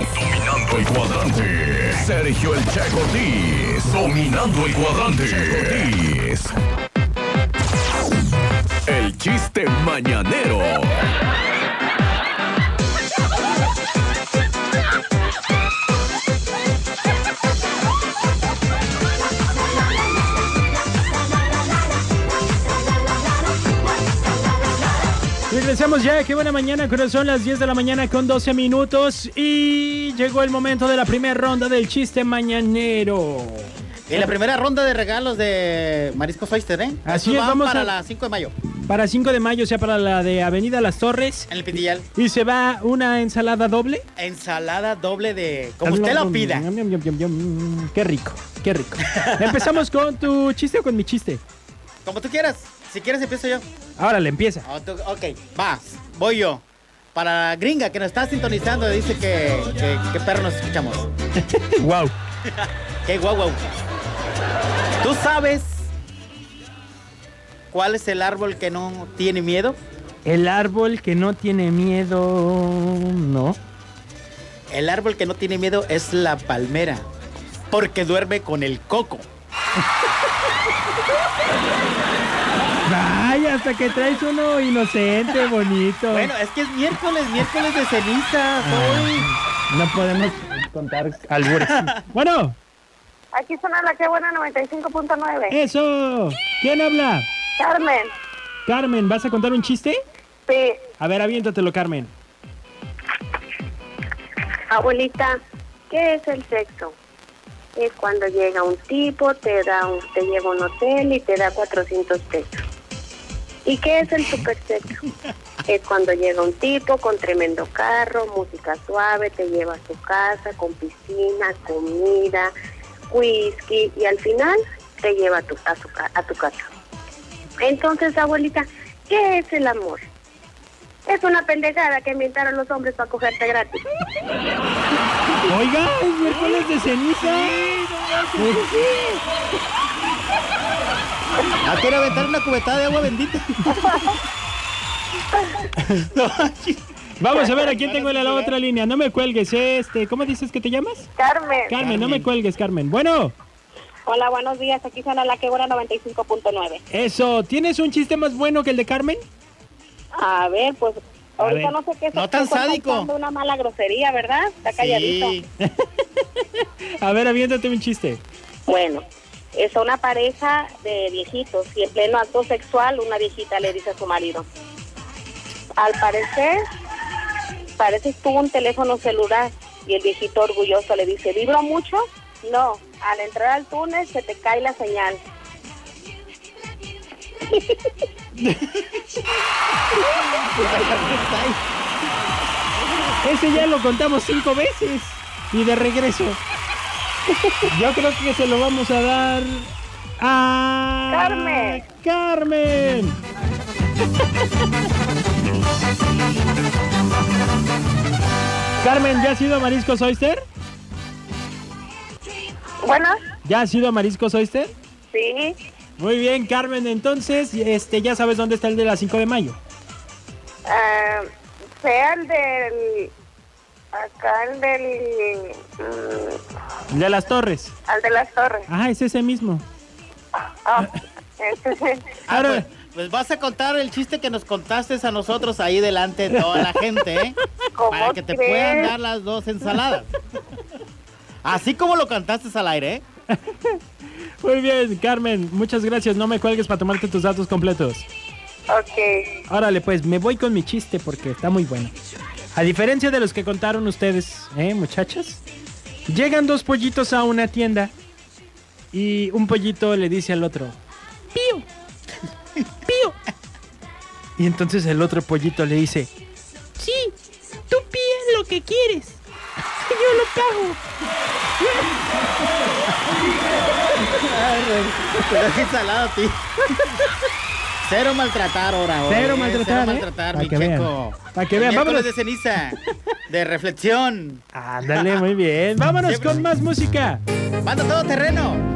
dominando el cuadrante. Sergio el Checo Ortiz, dominando el cuadrante. Checo Ortiz. El chiste mañanero. Regresamos ya, qué buena mañana, corazón, las 10 de la mañana con 12 minutos y llegó el momento de la primera ronda del chiste mañanero. Y la primera ronda de regalos de Marisco Soyster, ¿eh? Así Estos es, van vamos para a- las 5 de mayo, Para 5 de mayo, o sea, para la de Avenida Las Torres. en el Pitillal. Y se va una ensalada doble. Ensalada doble de... Como usted la pida. Yum, yum, yum, yum, yum. Qué rico, qué rico. Empezamos con tu chiste o con mi chiste. Como tú quieras. Si quieres empiezo yo. Ahora le empieza. O tú- ok, vas. Voy yo. Para la gringa que nos está sintonizando, dice que, que, que perro nos escuchamos. Wow. Que guau, guau. ¿Tú sabes cuál es el árbol que no tiene miedo? El árbol que no tiene miedo, ¿no? El árbol que no tiene miedo es la palmera, porque duerme con el coco. Vaya, hasta que traes uno inocente, bonito. Bueno, es que es miércoles, miércoles de cenizas hoy. No podemos contar albures. bueno, Aquí suena la que buena 95.9. eso. ¿Quién habla? Carmen, Carmen, ¿vas a contar un chiste? sí, A ver, aviéntatelo, Carmen. abuelita, ¿qué es el sexo? Es cuando llega un tipo, te da un, te lleva a un hotel y te da 400 pesos. ¿Y qué es el supersexo? Es cuando llega un tipo con tremendo carro, música suave, te lleva a su casa con piscina, comida, whisky y al final te lleva a tu, a su ca- a tu casa. Entonces, abuelita, ¿qué es el amor? Es una pendejada que inventaron los hombres para cogerte gratis. Oiga, es miércoles de ceniza. Ah, quiero aventar una cubetada de agua bendita. No, sí. Vamos a ver, ¿a quién tengo en la otra línea? No me cuelgues, este. ¿Cómo dices que te llamas? Carmen. Carmen, no me Carmen. cuelgues, Carmen. Bueno, Hola, buenos días. Aquí suena la que buena 95.9. eso. ¿Tienes un chiste más bueno que el de Carmen? A ver, pues A ahorita ver. no sé qué es. No tan estoy sádico. contando Una mala grosería, ¿verdad? Está calladito. Sí. A ver, aviéntate un chiste. Bueno, es una pareja de viejitos y en pleno acto sexual una viejita le dice a su marido, al parecer, pareces tú un teléfono celular y el viejito orgulloso le dice, ¿vibro mucho? No, al entrar al túnel se te cae la señal. Ese ya lo contamos cinco veces. Y de regreso. Yo creo que se lo vamos a dar a... Carmen. Carmen. Carmen, ¿ya has ido a Mariscos Oyster? Bueno, ¿Ya has ido a Mariscos Oyster? sí, Muy bien, Carmen. Entonces, este, ya sabes dónde está el de las 5 de mayo. ah, sea el del, acá el del, mm, El de las torres. al de las torres. Ah, es ese mismo. Ah, este, Ah, Ahora- pues, pues vas a contar el chiste que nos contaste a nosotros ahí delante de toda la gente, ¿eh? ¿Cómo Para que te crees? puedan dar las dos ensaladas. Así como lo cantaste al aire, ¿eh? Muy bien, Carmen. Muchas gracias. No me cuelgues para tomarte tus datos completos. ok. Órale, pues me voy con mi chiste porque está muy bueno. A diferencia de los que contaron ustedes, ¿eh, muchachas? Llegan dos pollitos a una tienda y un pollito le dice al otro, ¡Pío! ¡Pío! Y entonces el otro pollito le dice, Sí, tú pides lo que quieres. Yo lo pago. Te das ensalada a ti. Cero maltratar ahora, hoy, Cero ¿eh? maltratar, Cero ¿eh? maltratar, Pa' mi que vean, checo. pa' que vean, Miércoles vámonos. de ceniza, de reflexión. Ándale, muy bien. Vámonos con más música. Manda todo terreno.